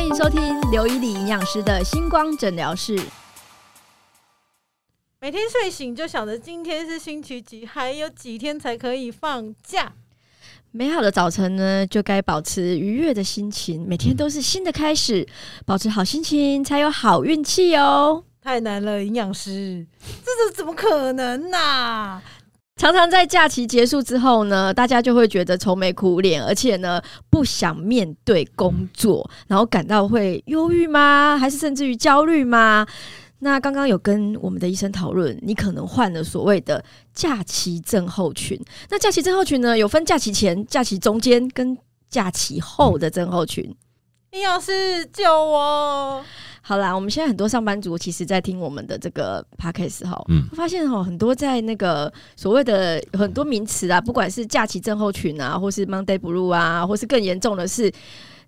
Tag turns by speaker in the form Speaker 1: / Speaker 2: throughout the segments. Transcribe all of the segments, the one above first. Speaker 1: 迎收听刘以礼营养师的星光诊疗室。
Speaker 2: 每天睡醒就想着今天是星期几，还有几天才可以放假。
Speaker 1: 美好的早晨呢，就该保持愉悦的心情，每天都是新的开始，保持好心情才有好运气哦。
Speaker 2: 太难了，营养师，这是怎么可能呐、
Speaker 1: 常常在假期结束之后呢，大家就会觉得愁眉苦脸，而且呢不想面对工作，然后感到会忧郁吗？还是甚至于焦虑吗？那刚刚有跟我们的医生讨论，你可能患了所谓的假期症候群。那假期症候群呢，有分假期前、假期中间跟假期后的症候群。
Speaker 2: 营养师救我！
Speaker 1: 好啦，我们现在很多上班族其实，在听我们的这个 podcast 哈，
Speaker 3: 嗯
Speaker 1: 我发现哈，很多在那个所谓的很多名词啊，不管是假期症候群啊，或是 Monday Blue 啊，或是更严重的是。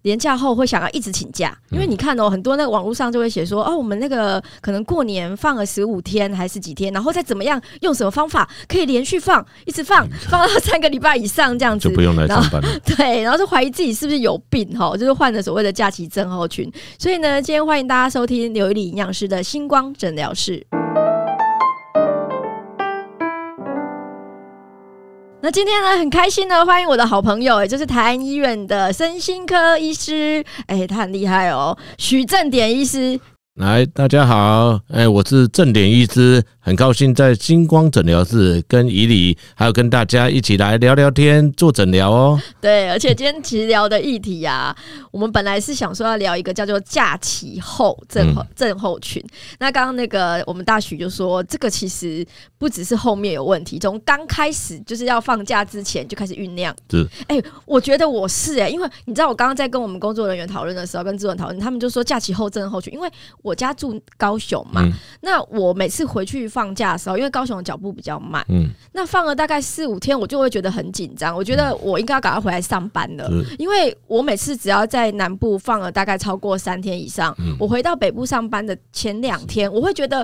Speaker 1: 年假后会想要一直请假，
Speaker 3: 嗯
Speaker 1: 因为你看哦，很多那个网络上就会写说，哦，我们那个可能过年放了十五天还是几天，然后再怎么样用什么方法可以连续放，一直放，放到三个礼拜以上这样子
Speaker 3: 嗯就，不用来上班了。
Speaker 1: 对，然后就怀疑自己是不是有病哈，就是患了所谓的假期症候群。所以呢，今天欢迎大家收听刘一理营养师的星光诊疗室。那今天呢，很开心呢，欢迎我的好朋友，也哎就是台安医院的身心科医师，哎，他很厉害哦，许正典医师。
Speaker 3: 来，大家好，哎，我是正点医师，很高兴在星光诊疗室跟怡礼，还有跟大家一起来聊聊天、做诊疗哦。
Speaker 1: 对，而且今天其实聊的议题啊，我们本来是想说要聊一个叫做假期后症候症候群。那刚刚那个我们大许就说，这个其实不只是后面有问题，从刚开始就是要放假之前就开始酝酿。
Speaker 3: 是，
Speaker 1: 哎、我觉得我是哎、因为你知道我刚刚在跟我们工作人员讨论的时候，跟志文讨论，他们就说假期后症候群，因为我家住高雄嘛，
Speaker 3: 嗯
Speaker 1: 那我每次回去放假的时候，因为高雄的脚步比较慢，
Speaker 3: 嗯，
Speaker 1: 那放了大概四五天，我就会觉得很紧张，我觉得我应该要赶快回来上班了。
Speaker 3: 嗯是，
Speaker 1: 因为我每次只要在南部放了大概超过三天以上，
Speaker 3: 嗯
Speaker 1: 我回到北部上班的前两天，我会觉得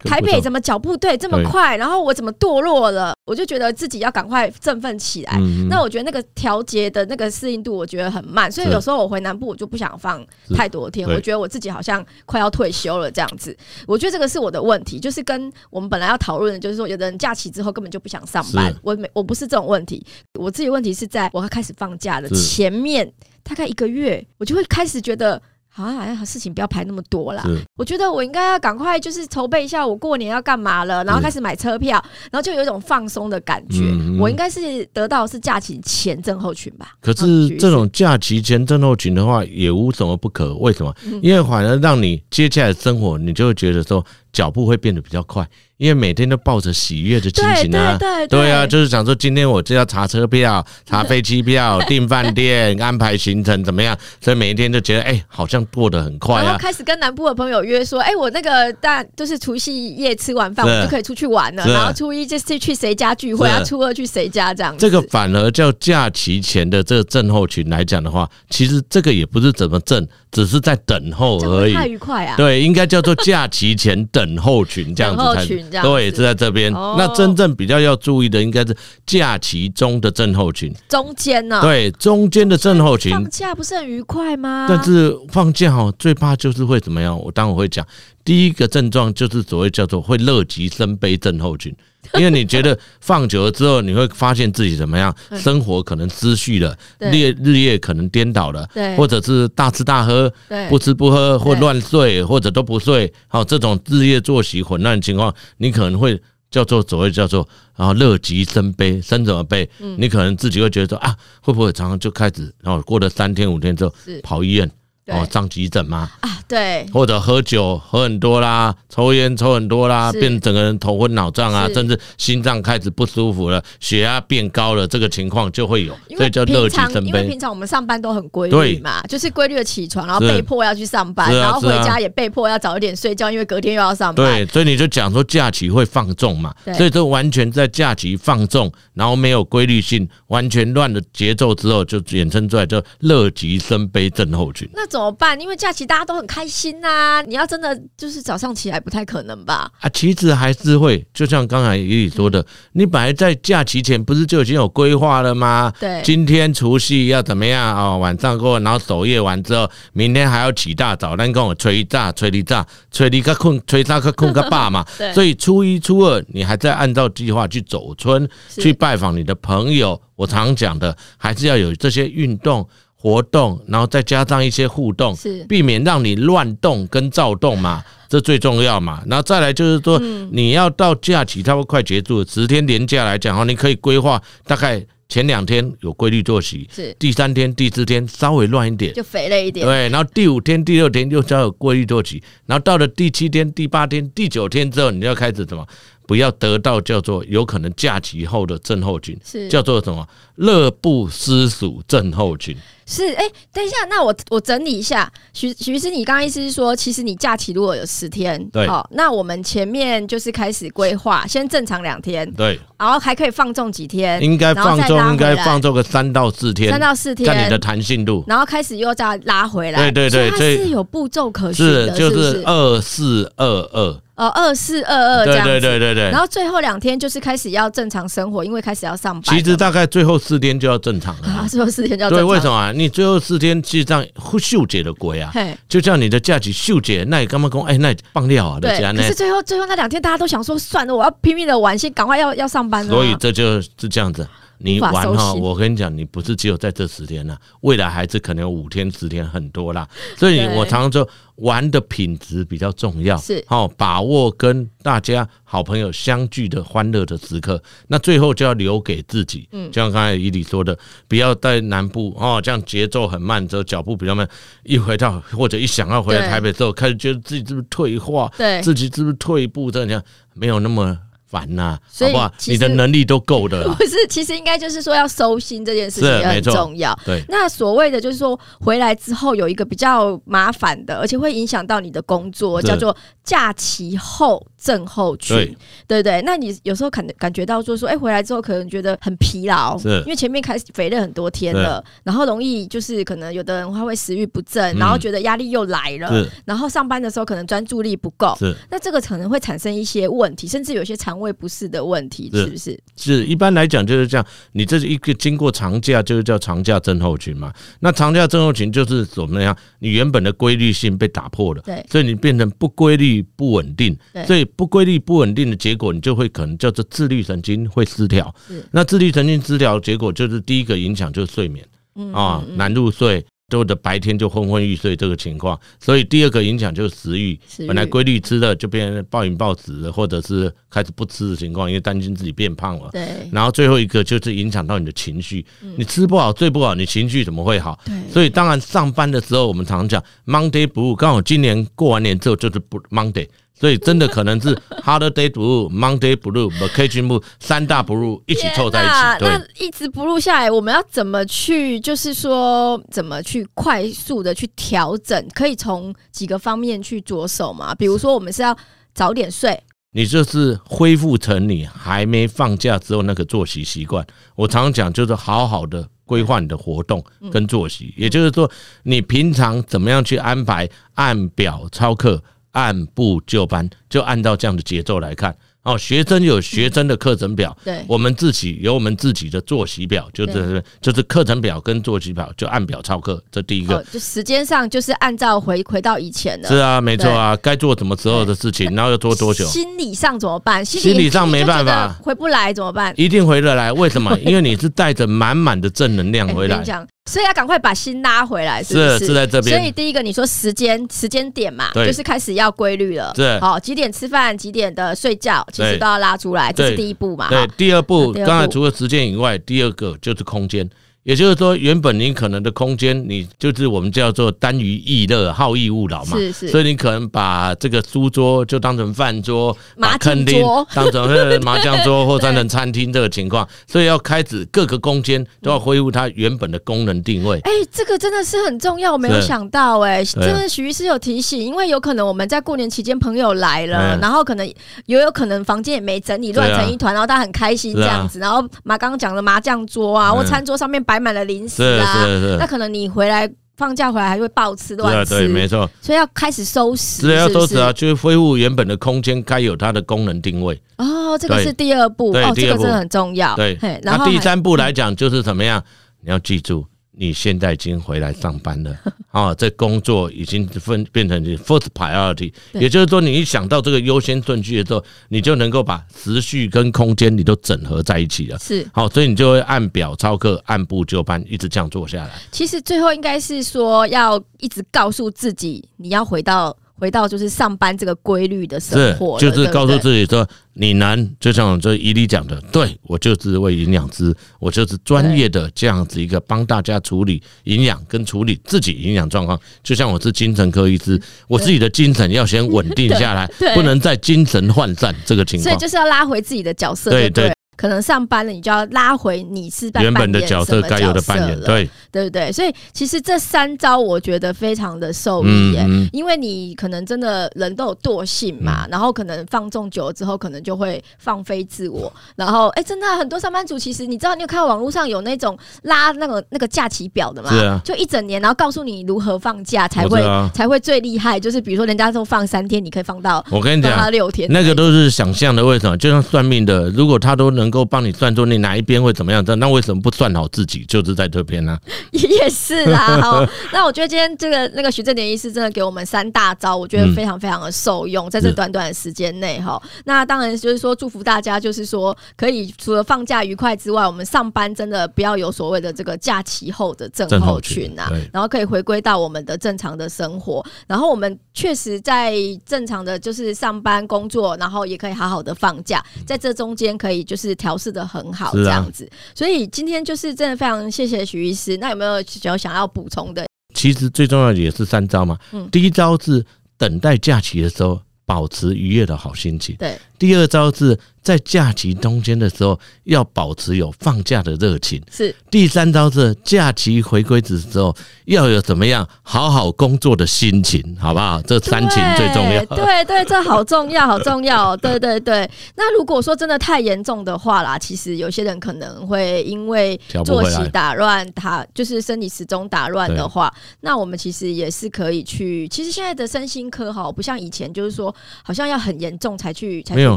Speaker 3: 跟不
Speaker 1: 台
Speaker 3: 上
Speaker 1: 北怎么脚步对这么快，然后我怎么堕落了，我就觉得自己要赶快振奋起来。
Speaker 3: 嗯
Speaker 1: 那我觉得那个调节的那个适应度，我觉得很慢，所以
Speaker 3: 是
Speaker 1: 有时候我回南部，我就不想放
Speaker 3: 是
Speaker 1: 太多天，
Speaker 3: 对
Speaker 1: 我觉得我自己好像快要退休了这样子。我觉得这个是我的问题，就是跟我们本来要讨论的，就是说有的人假期之后根本就不想上班
Speaker 3: 是，
Speaker 1: 我没我不是这种问题，我自己问题是在我开始放假的
Speaker 3: 是
Speaker 1: 前面大概一个月，我就会开始觉得。好像好像事情不要排那么多啦，
Speaker 3: 是
Speaker 1: 我觉得我应该要赶快就是筹备一下我过年要干嘛了，然后
Speaker 3: 是
Speaker 1: 开始买车票，然后就有一种放松的感觉。
Speaker 3: 嗯嗯
Speaker 1: 我应该是得到的是假期前症候群吧？
Speaker 3: 可
Speaker 1: 好
Speaker 3: 是这，种假期前症候群的话，也无什么不可。为什么
Speaker 1: 嗯？
Speaker 3: 因为反而让你接下来的生活，你就会觉得说脚步会变得比较快，因为每天都抱着喜悦的
Speaker 1: 继
Speaker 3: 心
Speaker 1: 续对
Speaker 3: 情啊
Speaker 1: 对。对
Speaker 3: 对啊，就是想说今天我就要查 车票、查飞机票、订饭店、安排行程怎么样，所以每一天就觉得哎、好像过得很快
Speaker 1: 然后
Speaker 3: 啊。
Speaker 1: 开始跟南部的朋友约说，哎、我那个大就是除夕夜吃完饭，
Speaker 3: 是
Speaker 1: 我就可以出去玩了。
Speaker 3: 是
Speaker 1: 然后初一就是去谁家聚会啊，
Speaker 3: 是
Speaker 1: 初二去谁家这样子。
Speaker 3: 这个反而叫假期前的这个症候群来讲的话，其实这个也不是怎么症，只是在等候
Speaker 1: 这样会不
Speaker 3: 而
Speaker 1: 会
Speaker 3: 已。
Speaker 1: 太愉快啊！
Speaker 3: 对，应该叫做假期前等候群这样子
Speaker 1: 等候
Speaker 3: 才
Speaker 1: 群这样子
Speaker 3: 对，是在这边。
Speaker 1: 哦
Speaker 3: 那真正比较要注意的，应该是假期中的症候群。
Speaker 1: 中间呢、
Speaker 3: 对，中间的症候群
Speaker 1: 放假不是很愉快吗？
Speaker 3: 但是放假哦，最怕就是会怎么样？我当我会讲，第一个症状就是所谓叫做会乐极生悲症 候群，因为你觉得放久了之后，你会发现自己怎么样，
Speaker 1: 嗯
Speaker 3: 生活可能失序了，
Speaker 1: 对
Speaker 3: 日日夜可能颠倒了，
Speaker 1: 对
Speaker 3: 或者是大吃大喝，
Speaker 1: 对
Speaker 3: 不吃不喝，或
Speaker 1: 对
Speaker 3: 乱睡，或者都不睡，好、这种日夜作息混乱的情况，你可能会。叫做所谓叫做啊乐极生悲，生什么悲？
Speaker 1: 嗯
Speaker 3: 你可能自己会觉得说啊，会不会常常就开始，然、后过了三天五天之后
Speaker 1: 是
Speaker 3: 跑医院，
Speaker 1: 对
Speaker 3: 哦，上急诊嘛，
Speaker 1: 啊，对
Speaker 3: 或者喝酒喝很多啦，抽烟抽很多啦，
Speaker 1: 是
Speaker 3: 变整个人头昏脑胀啊，
Speaker 1: 是
Speaker 3: 甚至心脏开始不舒服了，血压变高了，这个情况就会有，
Speaker 1: 因
Speaker 3: 所以
Speaker 1: 为
Speaker 3: 叫
Speaker 1: 平
Speaker 3: 乐极
Speaker 1: 常
Speaker 3: 生
Speaker 1: 因为
Speaker 3: 悲
Speaker 1: 平。常我们上班都很规律
Speaker 3: 对
Speaker 1: 嘛，就是规律的起床，然后
Speaker 3: 是
Speaker 1: 被迫要去上班，
Speaker 3: 是啊
Speaker 1: 然后回
Speaker 3: 是啊
Speaker 1: 家也被迫要早一点睡觉，因为隔天又要上班。
Speaker 3: 对，所以你就讲说假期会放纵嘛
Speaker 1: 对，
Speaker 3: 所以这完全在假期放纵，然后没有规律性，完全乱的节奏之后，就衍生出来叫乐极生悲症候群。
Speaker 1: 那怎么办？因为假期大家都很开心呐、你要真的就是早上起来不太可能吧？
Speaker 3: 啊，其实还是会，就像刚才怡怡
Speaker 1: 嗯
Speaker 3: 说的，你本来在假期前不是就已经有规划了吗？
Speaker 1: 对
Speaker 3: 今天除夕要怎么样哦？晚上过后，然后守夜完之后，明天还要起大早，咱跟我吹炸、吹离炸、吹离个困、吹炸个困个爸嘛
Speaker 1: 对。
Speaker 3: 所以初一、初二，你还在按照计划去走村，
Speaker 1: 是
Speaker 3: 去拜访你的朋友。我常讲的，还是要有这些运动活动，然后再加上一些互动，
Speaker 1: 是
Speaker 3: 避免让你乱动跟躁动 嘛，这最重要嘛。然后再来就是说，
Speaker 1: 嗯
Speaker 3: 你要到假期差不多快结束了，十天连假来讲哦，你可以规划大概前两天有规律作息，
Speaker 1: 是，
Speaker 3: 第三天、第四天稍微乱一点。
Speaker 1: 就肥了一点。
Speaker 3: 对，然后第五天、第六天又稍有规律作息，然后到了第七天、第八天、第九天之后，你就要开始什么？不要得到叫做有可能假期后的症候群，
Speaker 1: 是
Speaker 3: 叫做什么？乐不思蜀症候群。
Speaker 1: 是，哎、等一下，那我我整理一下，许许医师，你刚刚意思是说，其实你假期如果有十天，
Speaker 3: 对
Speaker 1: 好、那我们前面就是开始规划，先正常两天，
Speaker 3: 对，
Speaker 1: 然后还可以放纵几天，
Speaker 3: 应该
Speaker 1: 然后
Speaker 3: 放
Speaker 1: 再
Speaker 3: 纵
Speaker 1: 拉，
Speaker 3: 应
Speaker 1: 回
Speaker 3: 该
Speaker 1: 来
Speaker 3: 放纵个三到四天，
Speaker 1: 三到四
Speaker 3: 看你的
Speaker 1: 天，
Speaker 3: 弹性度。
Speaker 1: 然后开始又再拉回来，
Speaker 3: 对对对
Speaker 1: 所以它
Speaker 3: 所
Speaker 1: 是
Speaker 3: 以
Speaker 1: 有步骤可循
Speaker 3: 是
Speaker 1: 的，，
Speaker 3: 就是呃是
Speaker 1: 不
Speaker 3: 二四二二，
Speaker 1: 哦，二四二二这
Speaker 3: 对
Speaker 1: 样子，
Speaker 3: 对对对对
Speaker 1: 然。后最后两天就是开始要正常生活，因为开始要上班了，
Speaker 3: 其实大概最后四天就要正常 了
Speaker 1: 啊，
Speaker 3: 啊。
Speaker 1: 最后四天就要正
Speaker 3: 对，
Speaker 1: 常，
Speaker 3: 为什么啊？你最后四天实际上秀姐的鬼啊，
Speaker 1: 嘿，
Speaker 3: 就像你的假期秀姐，那你干嘛讲？哎，那你放料啊，
Speaker 1: 对
Speaker 3: 这样，
Speaker 1: 可
Speaker 3: 呢
Speaker 1: 是？最后最后那两天大家都想说，算了，我要拼命的玩，先赶快要要上班了啊。
Speaker 3: 所以这就是这样子。你玩
Speaker 1: 无法
Speaker 3: 哈，
Speaker 1: 收心
Speaker 3: 我跟你讲，你不是只有在这十天啦，未来还是可能有五天、十天，很多啦。所以
Speaker 1: 对
Speaker 3: 我常常说，玩的品质比较重要，
Speaker 1: 是
Speaker 3: 好、把握跟大家好朋友相聚的欢乐的时刻。那最后就要留给自己，嗯，就像刚才伊里说的，不要在南部哦，这样节奏很慢，之后脚步比较慢，一回到或者一想要回来
Speaker 1: 对
Speaker 3: 台北之后，开始觉得自己是不是退化，
Speaker 1: 对
Speaker 3: 自己是不是退步，这样没有那么烦呐、
Speaker 1: 所以
Speaker 3: 好不好？
Speaker 1: 其
Speaker 3: 你的
Speaker 1: 实
Speaker 3: 能力都够 的啦
Speaker 1: 不，是，其实应该就是说要收心这件事情
Speaker 3: 是
Speaker 1: 也很
Speaker 3: 没错
Speaker 1: 重要。
Speaker 3: 对。
Speaker 1: 那所谓的就是说，回来之后有一个比较麻烦的，而且会影响到你的工作，
Speaker 3: 对
Speaker 1: 叫做假期后症候群，
Speaker 3: 对
Speaker 1: 对不对？那你有时候感感觉到就是说，哎、回来之后可能觉得很疲劳，
Speaker 3: 是
Speaker 1: 因为前面开始肥了很多天了，然后容易就是可能有的人他会食欲不振，
Speaker 3: 嗯
Speaker 1: 然后觉得压力又来了
Speaker 3: 是，
Speaker 1: 然后上班的时候可能专注力不够，
Speaker 3: 是
Speaker 1: 那这个可能会产生一些问题，甚至有些肠胃不适的问题，
Speaker 3: 是
Speaker 1: 是不是？
Speaker 3: 是，一般来讲就是这样。你这是一个经过长假，就是叫长假症候群嘛。那长假症候群就是怎么样？你原本的规律性被打破了，
Speaker 1: 对
Speaker 3: 所以你变成不规律、不稳定
Speaker 1: 对。
Speaker 3: 所以不规律、不稳定的结果，你就会可能叫做自律神经会失调
Speaker 1: 是。
Speaker 3: 那自律神经失调，结果就是第一个影响就是睡眠。
Speaker 1: 嗯
Speaker 3: 啊、难入睡，或者白天就昏昏欲睡这个情况。所以第二个影响就是食欲，
Speaker 1: 食欲
Speaker 3: 本来规律吃了就变成暴饮暴食了，或者是开始不吃的情况，因为担心自己变胖了。
Speaker 1: 对嗯
Speaker 3: 然后最后一个就是影响到你的情绪，你吃不好、睡不好，你情绪怎么会好？
Speaker 1: 对
Speaker 3: 所以当然上班的时候，我们常讲 Monday Blue，刚好今年过完年之后就是不 Monday。所以真的可能是 Holiday Blue、Monday Blue、Vacation Blue 三大 Blue 一起凑在一起，对
Speaker 1: 天哪，那一直不录下来，我们要怎么去？就是说，怎么去快速的去调整？可以从几个方面去着手嘛？比如说，我们是要早点睡，
Speaker 3: 你就是恢复成你还没放假之后那个作息习惯。我常常讲，就是好好的规划你的活动跟作息，也就是说，你平常怎么样去安排，按表操课，按部就班，就按照这样的节奏来看。哦，学生有学生的课程表，
Speaker 1: 对哦
Speaker 3: 我们自己有我们自己的作息表，就是就是课程表跟作息表，就按表操课，这第一个。
Speaker 1: 呃，就时间上就是按照回回到以前的。
Speaker 3: 是啊，没错啊，该做什么时候的事情，然后要做多久。
Speaker 1: 心理上怎么办？心
Speaker 3: 心理上没办法，
Speaker 1: 你就觉得回不来怎么办？
Speaker 3: 一定回得来。为 什么？因为你是带着满满的正能量
Speaker 1: 哎我
Speaker 3: 回
Speaker 1: 跟
Speaker 3: 来
Speaker 1: 你。讲，所以要赶快把心拉回来，是不
Speaker 3: 是是在这边
Speaker 1: 所以第一个你说时间时间点嘛，
Speaker 3: 对
Speaker 1: 就是开始要规律了。
Speaker 3: 是
Speaker 1: 好、几点吃饭，几点的睡觉，其实
Speaker 3: 对
Speaker 1: 都要拉出来，这是
Speaker 3: 对
Speaker 1: 第一步嘛。
Speaker 3: 对
Speaker 1: 哈，
Speaker 3: 第二步，
Speaker 1: 啊第二步
Speaker 3: 刚才除了时间以外，第二个就是空间。也就是说，原本你可能的空间，你就是我们叫做单于逸乐、好逸恶劳嘛。
Speaker 1: 是是
Speaker 3: 所以你可能把这个书桌就当成饭桌，
Speaker 1: 麻
Speaker 3: 把
Speaker 1: 将
Speaker 3: 坑厅
Speaker 1: 桌
Speaker 3: 当成呃麻将桌或当成餐厅这个情况，所以要开始各个空间都要恢复它原本的功能定位。
Speaker 1: 哎、这个真的是很重要，我没有
Speaker 3: 是
Speaker 1: 想到哎、真
Speaker 3: 啊
Speaker 1: 的许医师有提醒，因为有可能我们在过年期间朋友来了，
Speaker 3: 嗯
Speaker 1: 然后可能也有可能房间也没整理，
Speaker 3: 对
Speaker 1: 乱
Speaker 3: 啊
Speaker 1: 成一团，然后大家很开心
Speaker 3: 是
Speaker 1: 这
Speaker 3: 啊
Speaker 1: 样子，然后麻刚刚讲的麻将桌啊，
Speaker 3: 嗯
Speaker 1: 或餐桌上面摆满了零食
Speaker 3: 是
Speaker 1: 啊，
Speaker 3: 是是
Speaker 1: 那可能你回来放假回来还会暴吃
Speaker 3: 对
Speaker 1: 乱吃，
Speaker 3: 啊对，没错，
Speaker 1: 所以要开始收拾，
Speaker 3: 是要
Speaker 1: 不
Speaker 3: 收拾啊，就是恢复原本的空间该有它的功能定位。
Speaker 1: 哦，这个
Speaker 3: 对
Speaker 1: 是第二步，
Speaker 3: 对
Speaker 1: 哦，
Speaker 3: 第
Speaker 1: 这
Speaker 3: 二
Speaker 1: 个
Speaker 3: 步
Speaker 1: 真的很重要。
Speaker 3: 对
Speaker 1: 嘿，然
Speaker 3: 那
Speaker 1: 后
Speaker 3: 第
Speaker 1: 还
Speaker 3: 三步来讲就是怎么样？你要记住，你现在已经回来上班 了啊，这工作已经分变成你 first priority，
Speaker 1: 对
Speaker 3: 也就是说，你一想到这个优先顺序的时候，你就能够把时序跟空间你都整合在一起了。
Speaker 1: 是，
Speaker 3: 好，所以你就会按表操课，按部就班，一直这样做下来。
Speaker 1: 其实最后应该是说要一直告诉自己，你要回到回到就是上班这个规律的
Speaker 3: 是
Speaker 1: 生活了，，
Speaker 3: 就是告诉
Speaker 1: 己
Speaker 3: 自己说，你能就像这伊利讲的，对我就是位营养师，我就是专业的这样子一个帮大家处理营养跟处理自己营养状况。就像我是精神科医师，我自己的精神要先稳定下来
Speaker 1: 嗯 对对，
Speaker 3: 不能再精神涣散这个情
Speaker 1: 所以
Speaker 3: 况。
Speaker 1: 就是要拉回自己的角色，
Speaker 3: 对
Speaker 1: 对对
Speaker 3: 对
Speaker 1: 了。可能上班了，你就要拉回你是在
Speaker 3: 原本的
Speaker 1: 扮演
Speaker 3: 角
Speaker 1: 什么
Speaker 3: 色该有的扮
Speaker 1: 角
Speaker 3: 演，
Speaker 1: 色了
Speaker 3: 对，
Speaker 1: 对不对？所以其实这三招我觉得非常的受益
Speaker 3: 嗯
Speaker 1: 耶，
Speaker 3: 嗯，
Speaker 1: 因为你可能真的人都有惰性嘛，然后可能放纵久了之后，可能就会放飞自我。然后，哎、真的很多上班族，其实你知道，你有看到网络上有那种拉那个那个假期表的嘛？
Speaker 3: 是啊
Speaker 1: 就一整年，然后告诉你如何放假才
Speaker 3: 我
Speaker 1: 会、
Speaker 3: 知道啊
Speaker 1: 才会最厉害。就是比如说，人家都放三天，你可以放到
Speaker 3: 我跟你
Speaker 1: 放
Speaker 3: 讲
Speaker 1: 到。六天。
Speaker 3: 那个都是想象的，为什么？就像算命的，如果他都能够帮你算出你哪一边会怎么样，那为什么不算好自己？就是在这边呢、啊
Speaker 1: 也是啦，好，那我觉得今天这个那个徐正年医师真的给我们三大招，我觉得非常非常的受用，在这
Speaker 3: 是
Speaker 1: 短短的时间内哈。那当然就是说祝福大家，就是说可以除了放假愉快之外，我们上班真的不要有所谓的这个假期后的症
Speaker 3: 症
Speaker 1: 候
Speaker 3: 候
Speaker 1: 群
Speaker 3: 群
Speaker 1: 啊
Speaker 3: 对，
Speaker 1: 然后可以回归到我们的正常的生活，然后我们确实在正常的就是上班工作，然后也可以好好的放假，在这中间可以就是调试的很好
Speaker 3: 是啊
Speaker 1: 这样子。所以今天就是真的非常谢谢许医师。那有没有有想要补充的？
Speaker 3: 其实最重要的也是三招嘛。
Speaker 1: 嗯
Speaker 3: 第一招是等待假期的时候，保持愉悦的好心情；
Speaker 1: 对，
Speaker 3: 第二招是在假期中间的时候，要保持有放假的热情；
Speaker 1: 是
Speaker 3: 第三招是假期回归的时候，要有怎么样好好工作的心情，好不好？这三情最重要。
Speaker 1: 对对对，这好重要，好重要、哦。 对对对。那如果说真的太严重的话啦，其实有些人可能会因为
Speaker 3: 调啊不哎
Speaker 1: 作
Speaker 3: 回来
Speaker 1: 息打乱，打就是生理时钟打乱的
Speaker 3: 对
Speaker 1: 话，那我们其实也是可以去。其实现在的身心科哈，不像以前就是说好像要很严重才去才
Speaker 3: 没
Speaker 1: 去
Speaker 3: 有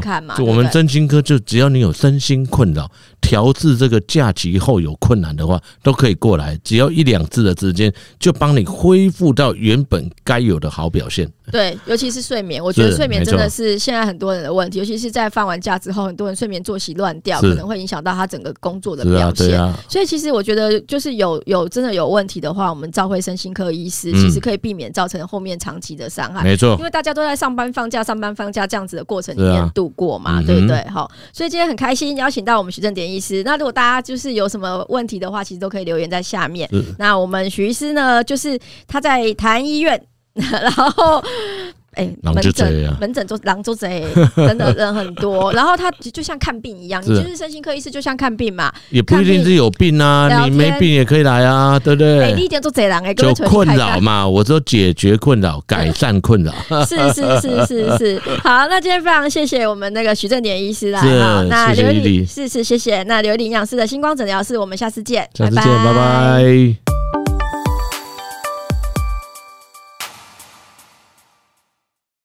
Speaker 1: 看嘛。
Speaker 3: 就
Speaker 1: 对
Speaker 3: 我
Speaker 1: 不
Speaker 3: 们
Speaker 1: 对
Speaker 3: 身心科，就只要你有身心困扰，调治这个假期后有困难的话，都可以过来，只要一两次的时间，就帮你恢复到原本该有的好表现。
Speaker 1: 对，尤其是睡眠，我觉得
Speaker 3: 是
Speaker 1: 睡眠
Speaker 3: 没
Speaker 1: 真的
Speaker 3: 错
Speaker 1: 是现在很多人的问题，尤其是在放完假之后，很多人睡眠作息乱掉，
Speaker 3: 是
Speaker 1: 可能会影响到他整个工作的
Speaker 3: 是啊，
Speaker 1: 表
Speaker 3: 对
Speaker 1: 现。
Speaker 3: 啊，
Speaker 1: 所以其实我觉得，就是有有真的有问题的话，我们召回身心科医师，
Speaker 3: 嗯
Speaker 1: 其实可以避免造成后面长期的伤害。
Speaker 3: 没错
Speaker 1: 因，为大家都在上班放假、上班放假这样子的过程里
Speaker 3: 是
Speaker 1: 面
Speaker 3: 哦啊
Speaker 1: 度过嘛，
Speaker 3: 嗯哼
Speaker 1: 对不对？好，所以今天很开心邀请到我们徐正典医师。那如果大家就是有什么问题的话，其实都可以留言在下面
Speaker 3: 是。
Speaker 1: 那我们徐医师呢，就是他在台安医院， 然后。 哎、
Speaker 3: 人
Speaker 1: 门
Speaker 3: 就多
Speaker 1: 诊
Speaker 3: 啊
Speaker 1: 门诊就狼就贼，真的人很 多。然后他就像看病一样，你
Speaker 3: 是
Speaker 1: 就是身心科医师，就像看病嘛。
Speaker 3: 也不一定是有病
Speaker 1: 看
Speaker 3: 啊，你
Speaker 1: 病
Speaker 3: 没病也可以来啊，对不
Speaker 1: 哎、
Speaker 3: 对
Speaker 1: 你？一点做贼狼哎，各
Speaker 3: 就
Speaker 1: 位
Speaker 3: 困扰嘛，我说解决困扰，改善 困扰。
Speaker 1: 是是是是是，好，那今天非常谢谢我们那个徐正典医师来
Speaker 3: 是
Speaker 1: 哈，那
Speaker 3: 谢谢
Speaker 1: 刘
Speaker 3: 伊
Speaker 1: 理
Speaker 3: 利
Speaker 1: 是是谢谢，那刘理营养师的星光诊疗室，我们下次见，
Speaker 3: 下次见，拜拜